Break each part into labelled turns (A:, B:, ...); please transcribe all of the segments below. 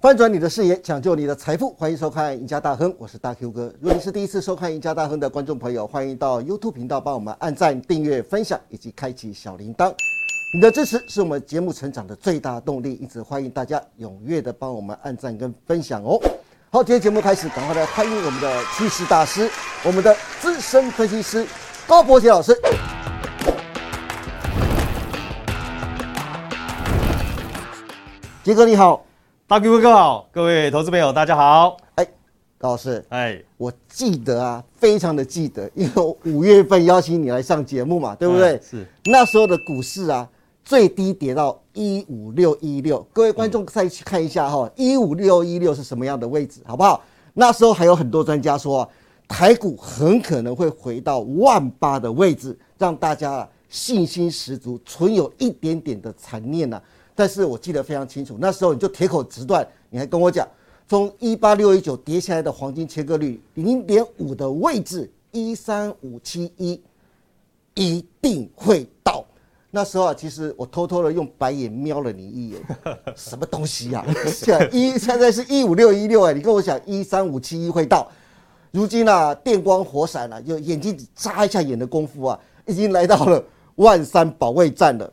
A: 翻转你的视野，抢救你的财富，欢迎收看《赢家大亨》，我是大 Q 哥。如果你是第一次收看《赢家大亨》的观众朋友，欢迎到 YouTube 频道帮我们按赞、订阅、分享以及开启小铃铛。你的支持是我们节目成长的最大动力，因此欢迎大家踊跃的帮我们按赞跟分享哦。好，今天节目开始，赶快来欢迎我们的趋势大师，我们的资深分析师高博杰老师。杰哥你好，
B: 大 Q 哥好，各位投资朋友大家好。
A: 哎，高老师，
B: 哎，
A: 我记得啊，非常的记得，因为我五月份邀请你来上节目嘛，对不对？
B: 嗯是。
A: 那时候的股市啊，最低跌到一五六一六，各位观众再去看一下哈、一五六一六是什么样的位置，好不好？那时候还有很多专家说、啊，台股很可能会回到万八的位置，让大家啊信心十足，存有一点点的残念呐、但是我记得非常清楚，那时候你就铁口直断，你还跟我讲，从一八六一九跌下来的黄金切割率零点五的位置一三五七一，一定会到。那时候啊，其实我偷偷的用白眼瞄了你一眼，什么东西呀、啊？ 现在一现在是一五六一六哎，你跟我讲一三五七一会到，如今啊，电光火闪啊，就眼睛眨一下眼的功夫啊，已经来到了万山保卫战了。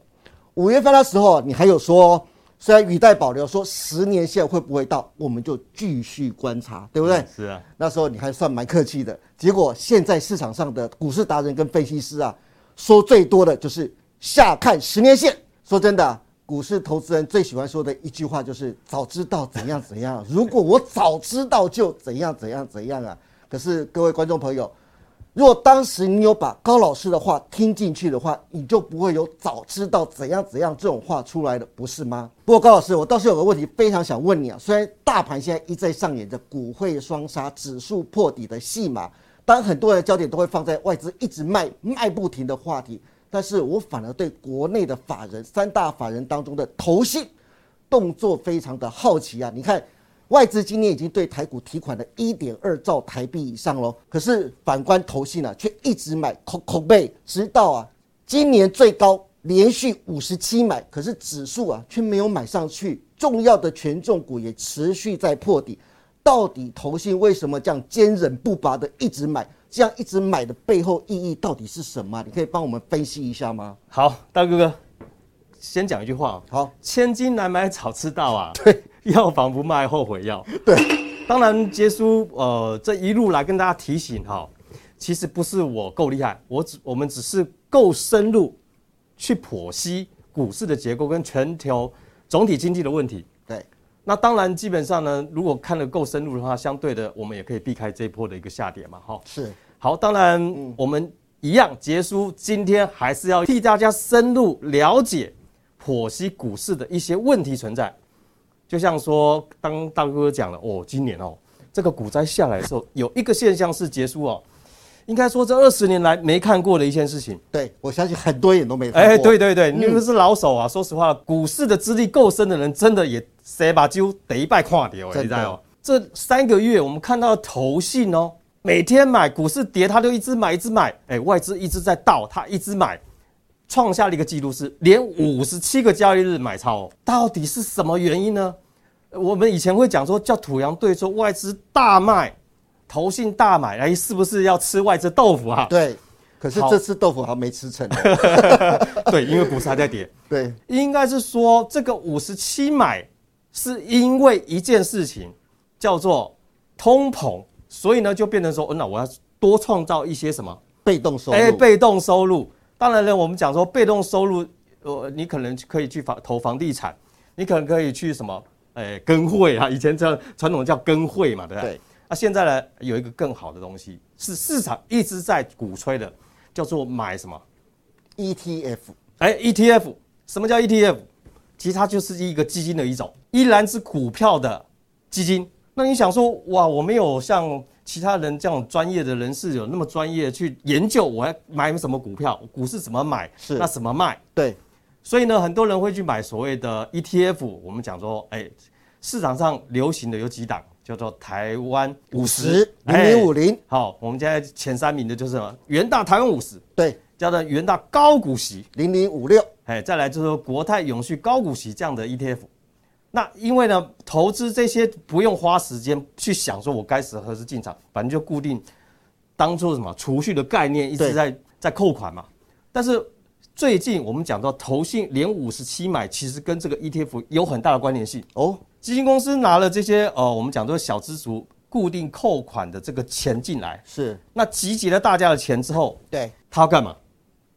A: 五月份的时候啊，你还有说，虽然语带保留，说十年线会不会到，我们就继续观察，对不对？
B: 是啊，
A: 那时候你还算蛮客气的。结果现在市场上的股市达人跟分析师啊，说最多的就是下看十年线。说真的啊、股市投资人最喜欢说的一句话就是“早知道怎样怎样”，如果我早知道就怎样怎样怎样啊。可是各位观众朋友，如果当时你有把高老师的话听进去的话，你就不会有早知道怎样怎样这种话出来的，不是吗？不过高老师，我倒是有个问题非常想问你啊。虽然大盘现在一再上演着股汇双杀、指数破底的戏码，当很多人的焦点都会放在外资一直卖卖不停的话题，但是我反而对国内的法人三大法人当中的投信动作非常的好奇啊！你看，外资今年已经对台股提款了一点二兆台币以上喽，可是反观投信啊，却一直买口口碑，直到啊今年最高连续五十七买，可是指数啊却没有买上去，重要的权重股也持续在破底。到底投信为什么这样坚忍不拔的一直买？这样一直买的背后意义到底是什么啊？你可以帮我们分析一下吗？
B: 好，大 Q 哥，先讲一句话，哦
A: 好，
B: 千金难买早知道啊。对，药房不卖后悔药。
A: 对，
B: 当然，杰叔，呃，这一路来跟大家提醒哈，其实不是我够厉害，我只我们只是够深入去剖析股市的结构跟全球总体经济的问题。
A: 对，
B: 那当然，基本上呢，如果看得够深入的话，相对的，我们也可以避开这一波的一个下跌嘛，哈。
A: 是
B: 好，当然、我们一样，杰叔今天还是要替大家深入了解、剖析股市的一些问题存在。就像说，当大哥哥讲了，哦，今年哦，这个股灾下来的时候，有一个现象是杰叔哦，应该说这二十年来没看过的一件事情。
A: 对，我相信很多人嗯都没看过。啊
B: 哎，对对对，你们是老手啊！说实话，股市的资历够深的人，真的也塞把揪得一拜跨跌哦，
A: 真的
B: 你知道哦？这三个月我们看到投信哦，每天买股市跌，他就一直买一直买，哎，外资一直在倒，他一直买，创下了一个记录是连五十七个交易日买超、哦，到底是什么原因呢？我们以前会讲说叫土洋对说外资大卖，投信大买，哎，是不是要吃外资豆腐啊？
A: 对，可是
B: 好
A: 这次豆腐好像没吃成。哦
B: 对，因为股市还在跌。
A: 对，
B: 应该是说这个五十七买是因为一件事情叫做通膨，所以呢就变成说，哦那我要多创造一些什么？
A: 被动收入。
B: 哎，被动收入。当然了，我们讲说被动收入，呃，你可能可以去房投房地产，你可能可以去什么？哎，耕会啊，以前这样传统叫耕会嘛，对不对？
A: 对
B: 那、现在呢，有一个更好的东西，是市场一直在鼓吹的，叫做买什么？
A: E ETF
B: 哎，ETF，什么叫 ETF？其实它就是一个基金的一种，依然是股票的基金。那你想说，哇，我没有像其他人这样专业的人士有那么专业去研究我要买什么股票，股市怎么买，
A: 是
B: 那怎么卖？
A: 对
B: 所以呢，很多人会去买所谓的 ETF。我们讲说，哎，市场上流行的有几档，叫做台湾五十
A: 50零零五。零
B: 哎好，我们现在前三名的就是什么？元大台湾五十，
A: 对
B: 叫做元大高股息。
A: 零零五六
B: 哎，再来就是说国泰永续高股息这样的 ETF。E 那因为呢，投资这些不用花时间去想说我该时何时进场，反正就固定当做什么储蓄的概念一直
A: 对
B: 在在扣款嘛。但是最近我们讲到投信连五十七买，其实跟这个 ETF 有很大的关联性。
A: 哦，
B: 基金公司拿了这些呃，我们讲的小资族固定扣款的这个钱进来，
A: 是
B: 那集结了大家的钱之后，
A: 对，
B: 他要干嘛？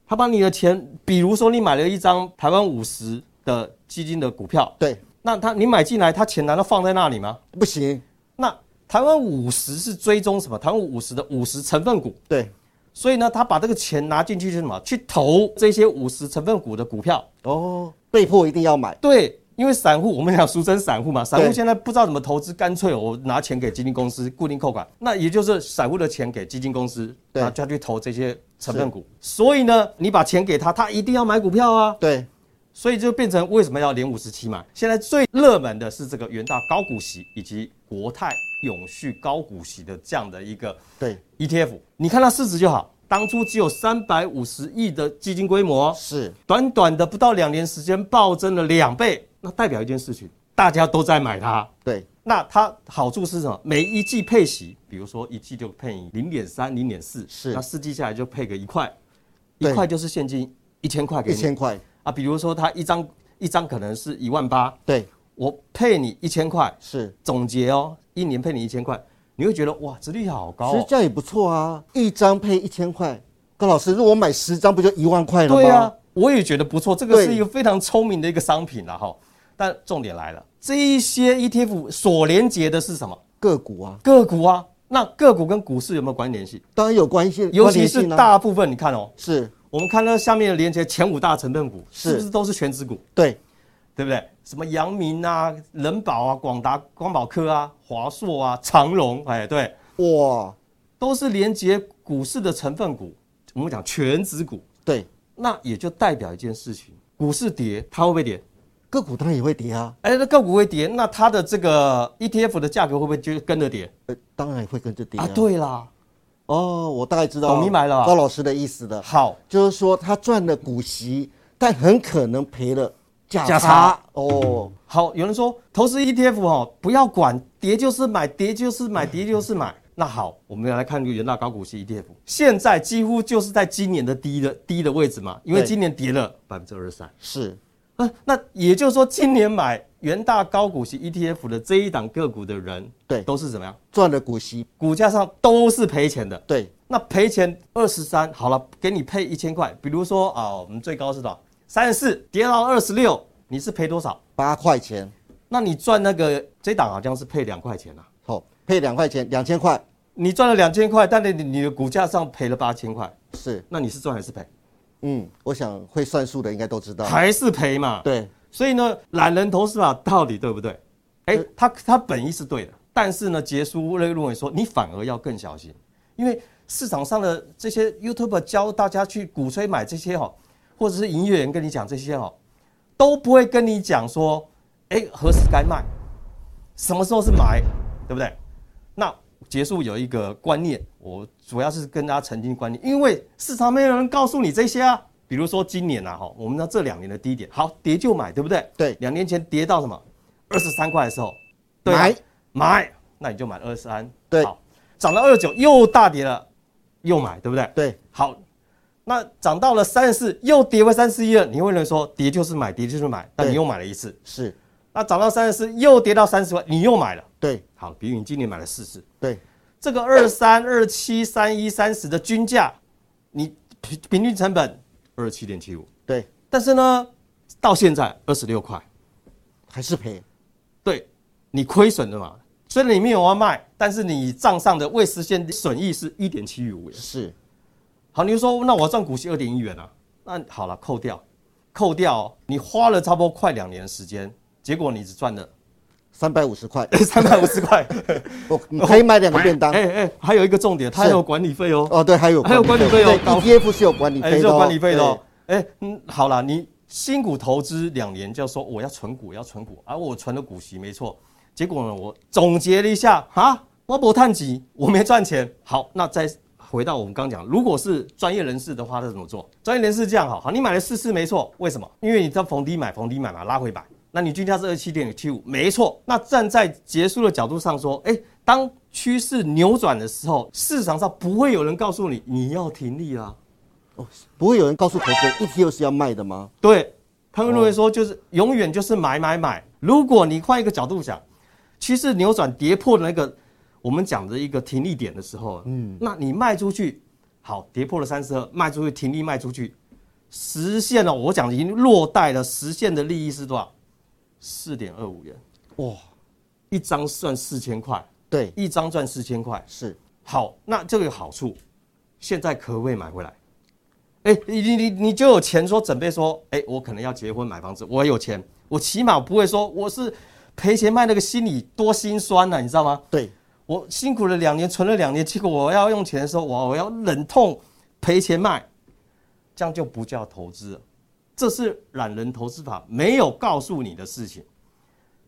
B: 他把你的钱，比如说你买了一张台湾五十的基金的股票，
A: 对，
B: 那他你买进来，他钱难道放在那里吗？
A: 不行，
B: 那台湾五十是追踪什么？台湾五十的五十成分股，
A: 对，
B: 所以呢，他把这个钱拿进去是什么？去投这些五十成分股的股票。
A: 哦，被迫一定要买，
B: 对，因为散户，我们讲俗称 散户嘛，散户
A: 对
B: 现在不知道怎么投资，干脆我拿钱给基金公司固定扣款，那也就是散户的钱给基金公司，
A: 对
B: 然后就要去投这些成分股。所以呢，你把钱给他，他一定要买股票啊，
A: 对，
B: 所以就变成为什么要连五十七买？现在最热门的是这个元大高股息以及国泰永续高股息的这样的一个
A: 对，
B: ETF，你看它市值就好，当初只有三百五十亿的基金规模哦，
A: 是，
B: 短短的不到两年时间暴增了两倍，那代表一件事情，大家都在买它。
A: 对，
B: 那它好处是什么？每一季配息，比如说一季就配零点三、零点四，
A: 是
B: 那四季下来就配个一块，一
A: 对
B: 块就是现金一千块给
A: 一
B: 你
A: 千块，
B: 啊。比如说它一张一张可能是一万八，
A: 对，
B: 我配你一千块，
A: 是，
B: 总结哦，一年配你一千块，你会觉得哇，殖利率好高、
A: 其实
B: 哦。
A: 这样也不错啊，一张配一千块。高老师，如果我买十张，不就一万块了吗？
B: 对啊，我也觉得不错，这个
A: 对
B: 是一个非常聪明的一个商品了哈。但重点来了，这一些 ETF 所连接的是什么？
A: 个股啊，
B: 个股啊。那个股跟股市有没有关联性？
A: 当然有关系，
B: 尤
A: 关
B: 其
A: 联
B: 是
A: 性啊
B: 大部分，你看哦，
A: 是，
B: 我们看到下面的连接前五大成分股，
A: 是
B: 是不是都是全指股？
A: 对，
B: 对不对？什么阳明啊、人保啊、广达、光宝科啊、华硕啊、长隆，哎，对，
A: 哇，
B: 都是连接股市的成分股。我们讲全指股，
A: 对，
B: 那也就代表一件事情：股市跌，它会不会跌？
A: 个股当然也会跌啊，
B: 哎，那个股会跌，那它的这个 ETF 的价格会不会就跟着跌
A: 呃，当然也会跟着跌
B: 啊？对啦，
A: 哦，我大概知道，
B: 懂明白了吧
A: 高老师的意思了，
B: 好，
A: 就是说他赚了股息，但很可能赔了价
B: 价
A: 差
B: 差
A: 哦，
B: 好，有人说投资 ETF 哦，不要管跌就是买，跌就是买，跌就是买。那好，我们来看这个元大高股息 ETF，现在几乎就是在今年的低的低的位置嘛，因为
A: 对
B: 今年跌了百分之二十三。
A: 是
B: 啊，那也就是说，今年买元大高股息 ETF 的这一档个股的人，
A: 对
B: 都是怎么样？
A: 赚了股息，
B: 股价上都是赔钱的。
A: 对，
B: 那赔钱二十三，好了，给你配一千块。比如说啊、我们最高是多少？三十四，跌到二十六，你是赔多少？
A: 八块钱，
B: 那你赚那个这档好像是配两块钱啊，
A: 哦，配两块钱，两千块，
B: 你赚了两千块，但是你你的股价上赔了八千块，
A: 是，
B: 那你是赚还是赔？
A: 嗯，我想会算数的应该都知道，
B: 还是赔嘛？。
A: 对，
B: 所以呢，懒人投资法到底对不对？哎、他他本意是对的，但是呢，杰叔认认为说，你反而要更小心，因为市场上的这些 YouTube 教大家去鼓吹买这些哦，或者是营业员跟你讲这些哦，都不会跟你讲说，哎、何时该卖，什么时候是买，对不对？那结束有一个观念，我主要是跟大家澄清观念，因为市场没有人告诉你这些啊。比如说今年啊，哈，我们知道这两年的低点，好跌就买，对不对？
A: 对
B: 两年前跌到什么二十三块的时候，对啊
A: 买
B: 买，那你就买二十三，
A: 对
B: 好，涨到二九又大跌了，又买，对不对？
A: 对，
B: 好，那涨到了三十四又跌回三十一了，你会认为说跌就是买，跌就是买，但
A: 对
B: 你又买了一次，
A: 是，
B: 那涨到三十四又跌到三十万，你又买了，
A: 对，
B: 好，比如你今年买了四次，
A: 对，
B: 这个二三、二七、三一、三十的均价，你平平均成本二十七点七五，
A: 对，
B: 但是呢，到现在二十六块，
A: 还是赔，
B: 对你亏损了嘛？虽然你没有要卖，但是你账上的未实现损益是一点七五元。
A: 是，
B: 好，你就说那我赚股息二点一元啊，那好了，扣掉，扣掉哦、你花了差不多快两年的时间，结果你只赚了
A: 三百五十块，
B: 三百五十块。
A: 我你可以买两个便当。
B: 哎哎，还有一个重点，它还
A: 是
B: 有管理费哦。
A: 哦，对，还有
B: 还有管理费哦
A: 对
B: 高
A: ，ETF 是有管理
B: 哎，
A: 费的、哦，
B: 这有管理费的、哦
A: 对。
B: 哎，嗯，好啦，你新股投资两年就说我要存股，要存股，而、啊我存了股息没错。结果呢，我总结了一下，哈，我不探及，我没赚钱。好，那再回到我们刚讲，如果是专业人士的话，他怎么做？专业人士这样好，好，你买了四次没错，为什么？因为你知道逢低买，逢低买嘛，拉回买。那你均价是二七点七五，没错。那站在结束的角度上说，哎，当趋势扭转的时候，市场上不会有人告诉你你要停利啊啦、
A: 不会有人告诉投资人 ETF 是要卖的吗？
B: 对，他们认为说就是永远就是买买买。如果你换一个角度讲，趋势扭转跌破的那个我们讲的一个停利点的时候，嗯，那你卖出去，好，跌破了三十二，卖出去停利卖出去，实现了我讲已经落袋了，实现的利益是多少？四点二五元，
A: 哇，
B: 一张赚四千块，
A: 对，
B: 一张赚四千块。
A: 是
B: 好，那这个有好处，现在可不可以买回来？哎、你你你你就有钱说准备说，哎、我可能要结婚买房子，我有钱，我起码不会说我是赔钱卖那个心里多心酸啊呐、你知道吗？
A: 对，
B: 我辛苦了两年，存了两年，结果我要用钱的时候，我我要忍痛赔钱卖，这样就不叫投资了，这是懒人投资法没有告诉你的事情，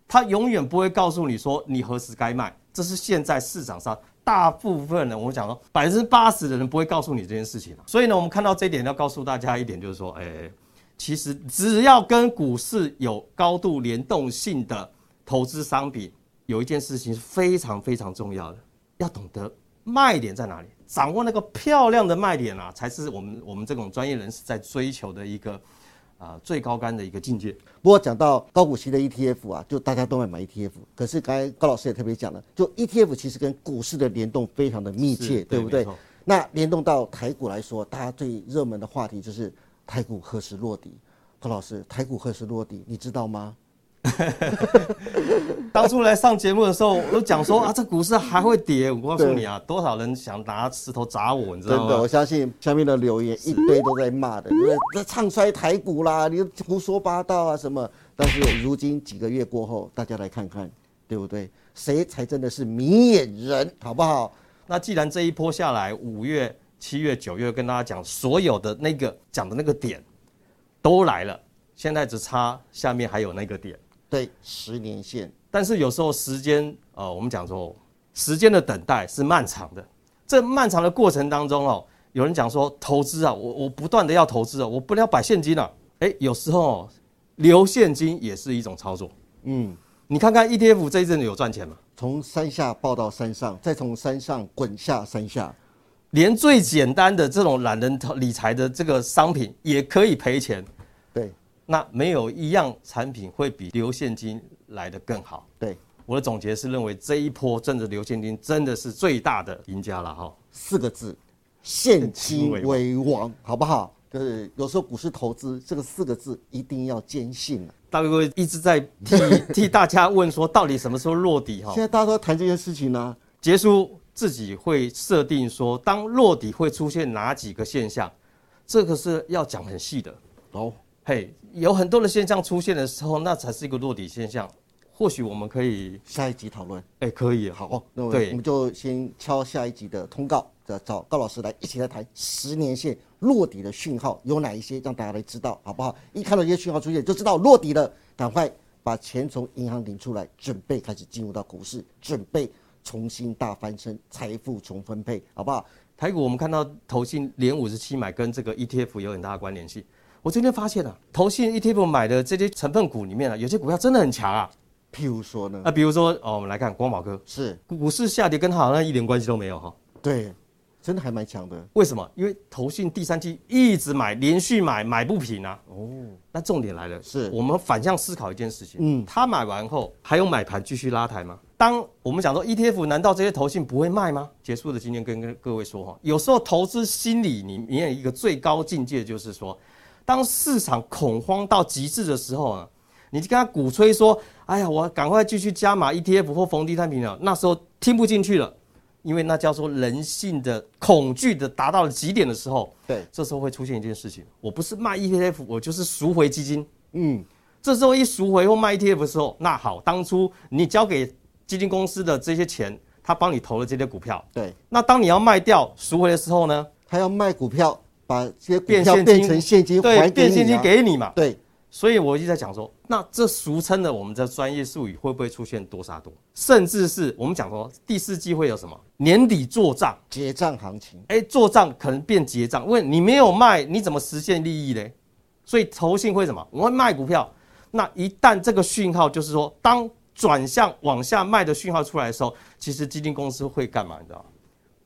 B: 他永远不会告诉你说你何时该卖，这是现在市场上大部分人，我们讲说百分之八十的人不会告诉你这件事情啊所以呢，我们看到这一点要告诉大家一点，就是说，哎、其实只要跟股市有高度联动性的投资商品，有一件事情是非常非常重要的，要懂得卖点在哪里，掌握那个漂亮的卖点啊，才是我们我们这种专业人士在追求的一个啊、呃最高杆的一个境界。
A: 不过讲到高股息的 ETF 啊，就大家都会买 ETF。可是刚才高老师也特别讲了，就 ETF 其实跟股市的联动非常的密切，
B: 是
A: 对不对
B: 对没错？
A: 那联动到台股来说，大家最热门的话题就是台股何时落底？高老师，台股何时落底，你知道吗？
B: 当初来上节目的时候，我都讲说啊，这股市还会跌。我告诉你啊，多少人想拿石头砸我，你知
A: 真
B: 道
A: 的，
B: 吗
A: 我？相信下面的留言一堆都在骂的，就是在唱衰台股啦，你胡说八道啊什么。但是如今几个月过后，大家来看看，对不对？谁才真的是明眼人，好不好？
B: 那既然这一波下来，五月、七月、九月跟大家讲所有的那个讲的那个点都来了，现在只差下面还有那个点。
A: 对，十年线。
B: 但是有时候时间，呃，我们讲说时间的等待是漫长的。这漫长的过程当中哦，有人讲说投资啊，我我不断的要投资啊，我不要摆现金啊。哎，有时候、哦、留现金也是一种操作。
A: 嗯，
B: 你看看 ETF 这一阵子有赚钱吗？
A: 从山下抱到山上，再从山上滚下山下。
B: 连最简单的这种懒人投理财的这个商品也可以赔钱，
A: 对
B: 那没有一样产品会比留现金来得更好。
A: 对，
B: 我的总结是认为这一波真的留现金真的是最大的赢家了哈、
A: 四个字，现金
B: 现金
A: 为王，好不好？就是有时候股市投资这个四个字一定要坚信啊。
B: 大卫哥一直在替替大家问说， 到底什么时候落底哈
A: 现？在大家都在谈这件事情呢、啊
B: 结束自己会设定说，当落底会出现哪几个现象，这个是要讲很细的。
A: 哦，
B: 嘿，有很多的现象出现的时候，那才是一个落底现象。或许我们可以，
A: 下一集讨论。
B: 哎、可以好
A: 好，那我嗯我
B: 对
A: 们，就先敲下一集的通告，找找高老师来一起来谈十年线落底的讯号有哪一些，让大家来知道，好不好？一看到这些讯号出现，就知道落底了，赶快把钱从银行领出来，准备开始进入到股市，准备重新大翻身，财富重分配，好不好？
B: 台股我们看到投信连五十七买跟这个 ETF 有很大的关联性。我今天发现啊，投信 ETF 买的这些成分股里面啊，有些股票真的很强啊。
A: 譬如说呢，
B: 那比如说，哦，我们来看光宝科，
A: 是
B: 股市下跌跟它好像一点关系都没有哈、
A: 对，真的还蛮强的，
B: 为什么？因为投信第三季一直买，连续买，买不平啊。哦，那重点来了，
A: 是
B: 我们反向思考一件事情。
A: 嗯
B: 嗯，他买完后还有买盘继续拉抬吗？当我们讲说 ETF，难道这些投信不会卖吗？结束的今天跟跟各位说哈，有时候投资心理里面一个最高境界就是说，当市场恐慌到极致的时候呢，啊你就跟他鼓吹说，哎呀，我赶快继续加码 ETF 或逢低摊平了，啊那时候听不进去了。因为那叫做人性的恐惧的达到了极点的时候，
A: 对，
B: 这时候会出现一件事情：我不是卖 ETF，我就是赎回基金。
A: 嗯，
B: 这时候一赎回或卖 ETF 的时候，那好，当初你交给基金公司的这些钱，他帮你投了这些股票，
A: 对，
B: 那当你要卖掉赎回的时候呢，
A: 他要卖股票，把这些股
B: 变
A: 票
B: 现金
A: 变成现金还给
B: 对，变
A: 你、啊，
B: 现金给你嘛。
A: 对，
B: 所以我一直在讲说，那这俗称的我们的专业术语会不会出现多杀多，甚至是我们讲说第四季会有什么年底做账？
A: 结账行情，
B: 哎，做账可能变结账。问你没有卖，你怎么实现利益嘞？所以投信会什么？我会卖股票，那一旦这个讯号就是说，当转向往下卖的讯号出来的时候，其实基金公司会干嘛？你知道吗？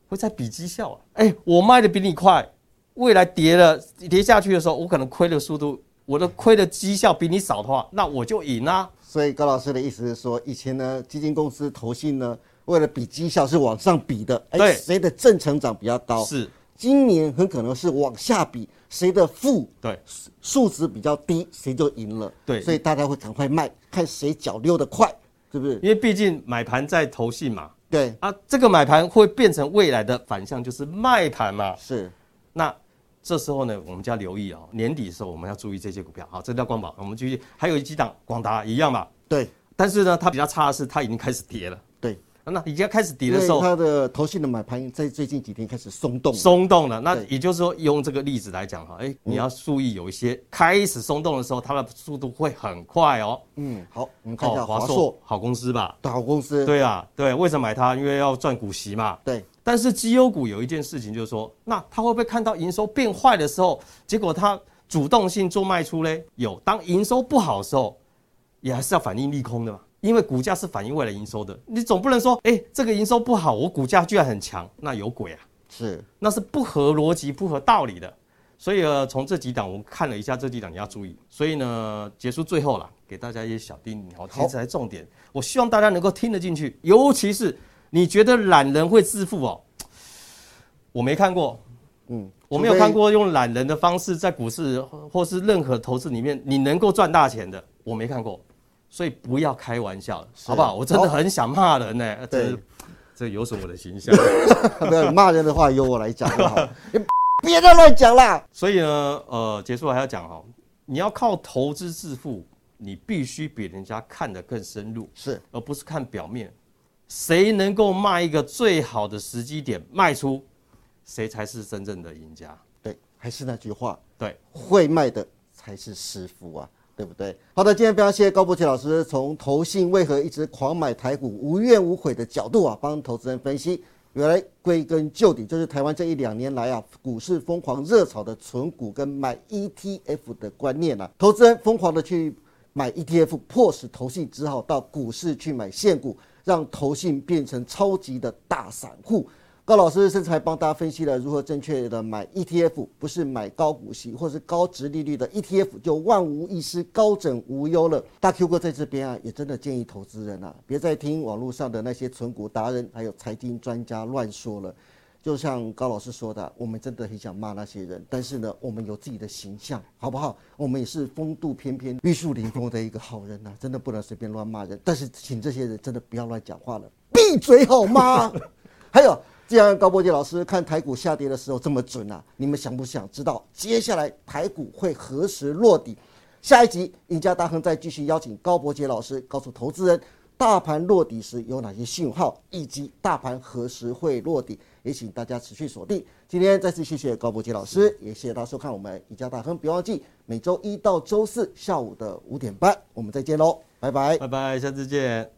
B: 会在比绩效啊。哎，我卖的比你快，未来跌了跌下去的时候，我可能亏的速度，我的亏的绩效比你少的话，那我就赢啊。
A: 所以高老师的意思是说，以前呢，基金公司投信呢，为了比绩效是往上比的，哎，
B: 对
A: 谁的正成长比较高？
B: 是，
A: 今年很可能是往下比，谁的负
B: 对，
A: 数值比较低，谁就赢了。
B: 对
A: 所以大家会赶快卖，看谁脚溜得快，是不是？
B: 因为毕竟买盘在投信嘛，
A: 对，
B: 啊，这个买盘会变成未来的反向，就是卖盘嘛。
A: 是
B: 那这时候呢，我们就要留意哦，年底的时候我们要注意这些股票。好，这叫光宝，我们继续，还有一几档广达一样嘛。
A: 对
B: 但是呢，它比较差的是，它已经开始跌了。
A: 对。
B: 那已经开始跌
A: 因
B: 的
A: 为
B: 时候，
A: 它的投信的买盘在最近几天开始松动了，
B: 松动了。那
A: 对嗯
B: 也就是说，用这个例子来讲哈，哎，你要注意有一些开始松动的时候，它的速度会很快哦。
A: 嗯，好，我们看一下
B: 哦
A: 华硕
B: 硕好公司吧？
A: 的好公司，
B: 对啊，对，为什么买它？因为要赚股息嘛。
A: 对
B: 但是绩优股有一件事情就是说，那他会不会看到营收变坏的时候，结果他主动性做卖出嘞？有，当营收不好的时候，也还是要反映利空的嘛，因为股价是反映未来营收的。你总不能说，哎、这个营收不好，我股价居然很强，那有鬼啊！
A: 是
B: 那是不合逻辑、不合道理的。所以呃，从这几档我看了一下，这几档你要注意。所以呢，结束最后啦，给大家一些小叮咛，哦好，其实才是重点。我希望大家能够听得进去，尤其是你觉得懒人会致富哦，我没看过，
A: 嗯，
B: 我没有看过用懒人的方式在股市或或是任何投资里面你能够赚大钱的，我没看过，所以不要开玩笑了，好不好？我真的很想骂人呢、
A: 对
B: 这这有损我的形象。
A: 除非，没有骂人的话由我来讲就好，你 别再乱讲啦。
B: 所以呢，呃，结束还要讲哈，你要靠投资致富，你必须比人家看得更深入，
A: 是
B: 而不是看表面。谁能够卖一个最好的时机点卖出，谁才是真正的赢家。
A: 对，还是那句话，
B: 对，
A: 会卖的才是师傅啊，对不对？好的，今天非常谢谢高博奇老师从投信为何一直狂买台股无怨无悔的角度啊，帮投资人分析。原来归根究底，就是台湾这一两年来啊，股市疯狂热炒的存股跟买 ETF 的观念啊，投资人疯狂的去买 ETF，迫使投信只好到股市去买现股，让投信变成超级的大散户。高老师甚至还帮大家分析了如何正确的买 ETF，不是买高股息或是高值利率的 ETF 就万无一失、高枕无忧了。大 Q 哥在这边啊，也真的建议投资人啊，别再听网络上的那些存股达人还有财经专家乱说了。就像高老师说的，我们真的很想骂那些人，但是呢，我们有自己的形象，好不好？我们也是风度翩翩、玉树临风的一个好人呐、真的不能随便乱骂人。但是，请这些人真的不要乱讲话了，闭嘴好吗？还有，既然高波杰老师看台股下跌的时候这么准啊，你们想不想知道接下来台股会何时落底？下一集赢家大亨再继续邀请高伯杰老师告诉投资人，大盘落底时有哪些讯号，以及大盘何时会落底，也请大家持续锁定。今天再次谢谢高伯杰老师，也谢谢大家收看我们赢家大亨，别忘记每周一到周四下午的五点半，我们再见喽，拜拜。
B: 拜拜，下次见。